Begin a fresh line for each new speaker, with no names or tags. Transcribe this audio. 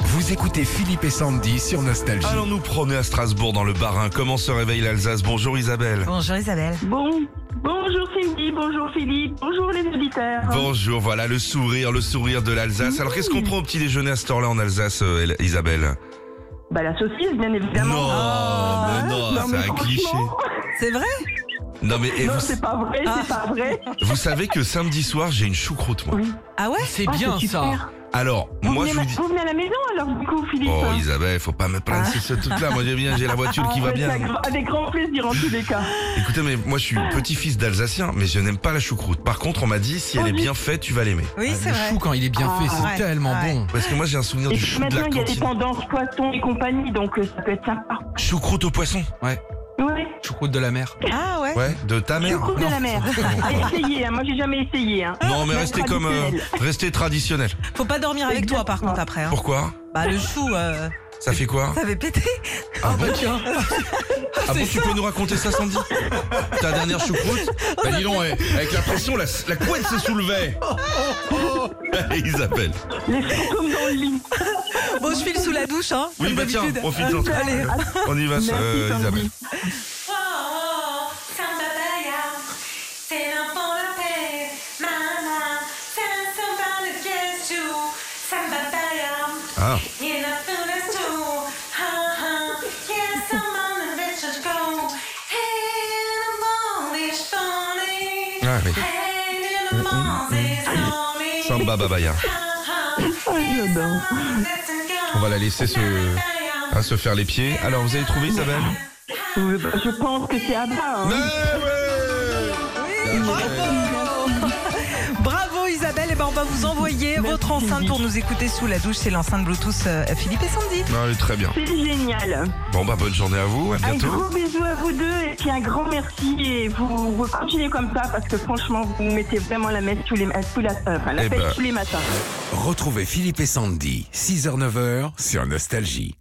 Vous écoutez Philippe et Sandy sur Nostalgie.
Allons nous promener à Strasbourg dans le Barin. Comment se réveille l'Alsace Bonjour Isabelle.
Bonjour Isabelle.
Bon, bonjour Cindy, bonjour Philippe, bonjour les auditeurs.
Bonjour, voilà le sourire, le sourire de l'Alsace. Alors qu'est-ce
Mmh.
qu'on prend au petit déjeuner à cette heure-là en Alsace, euh, El- Isabelle
Bah la saucisse, bien évidemment.
Non,
Ah,
mais non, c'est
mais
un
franchement,
cliché.
C'est vrai
Non mais et
Non,
vous,
c'est pas vrai, c'est pas
Ah.
vrai.
vous savez que samedi soir j'ai une choucroute moi.
Oui.
Ah ouais
C'est
Ah,
bien
c'est
ça.
super.
Alors
Vous,
moi
venez
je vous
ma-
dis.
vous venez à la maison alors du coup Philippe
Oh Isabelle, faut pas me plaindre sur ce truc-là. Moi j'ai bien, j'ai la voiture qui
hein. Ah,
va
mais
bien.
ça, Avec grand plaisir en tous les cas.
Écoutez, mais moi je suis petit-fils d'Alsacien, mais je n'aime pas la choucroute. Par contre, on m'a dit
Oh,
si elle est bien faite, tu vas l'aimer.
Oui, c'est
le
vrai.
chou quand il est bien
Ah,
fait, c'est
ouais,
tellement
ouais.
bon.
Parce que moi j'ai un souvenir
Et
du
puis
chou de
maintenant
la
il y a des
cantine.
tendances poissons et compagnie, donc euh, ça peut être sympa.
Choucroute au poisson. Ouais.
Ouais.
Choucroute de la mer.
Ah ouais.
Ouais, de ta mère.
Choucroute de
Non.
la mer. À essayer, hein, moi j'ai jamais essayé. Hein.
Non, mais
Même
restez comme. euh,
traditionnel.
restez traditionnel.
Faut pas dormir avec toi par
Exactement.
contre après. hein.
Pourquoi
Bah le chou, euh,
Ça fait quoi
ça avait pété.
Ah bon,
tiens.
Ah bon, tu peux nous raconter ça, Sandy Ta dernière choucroute Bah dis donc, eh, avec la pression, la, la couette se soulevait Isabelle
Les fantômes dans le lit.
Bon, je file sous la douche, hein.
Oui,
comme
bah tiens,
d'habitude.
profite
Allez.
On y va,
Merci
euh,
Sandy.
Isabelle.
Oh, oh, Sambabaya, c'est l'enfant la paix. Maman, c'est un samba de Jésus. Sambabaya,
Ah,
il a fait le tour. Ah, ah, il y a samba de Richard Go. Hey, le monde est
Ah,
tourné.
oui.
Hey, le monde est tourné.
Samba Babaya.
Ah, ah,
Ah, j'adore.
Richard Go.
On va la laisser se,
Sambabaya.
hein, se faire les pieds. Alors, vous avez trouvé, Isabelle
Oui, bah, Je pense que c'est à bas. hein.
Mais ouais Bien joué.
Bravo Isabelle, et ben on va vous envoyer votre enceinte pour nous écouter sous la douche. C'est l'enceinte Bluetooth euh, Philippe et Sandy.
Non, elle est très bien.
C'est génial.
Bon, bah, bonne journée à vous, à
Un
bientôt.
gros bisou à vous deux et puis un grand merci et vous, vous continuez comme ça parce que franchement vous mettez vraiment la messe tous les matins, la
Eh
fête
ben.
tous les matins.
Retrouvez Philippe et Sandy, 6h-9h sur Nostalgie.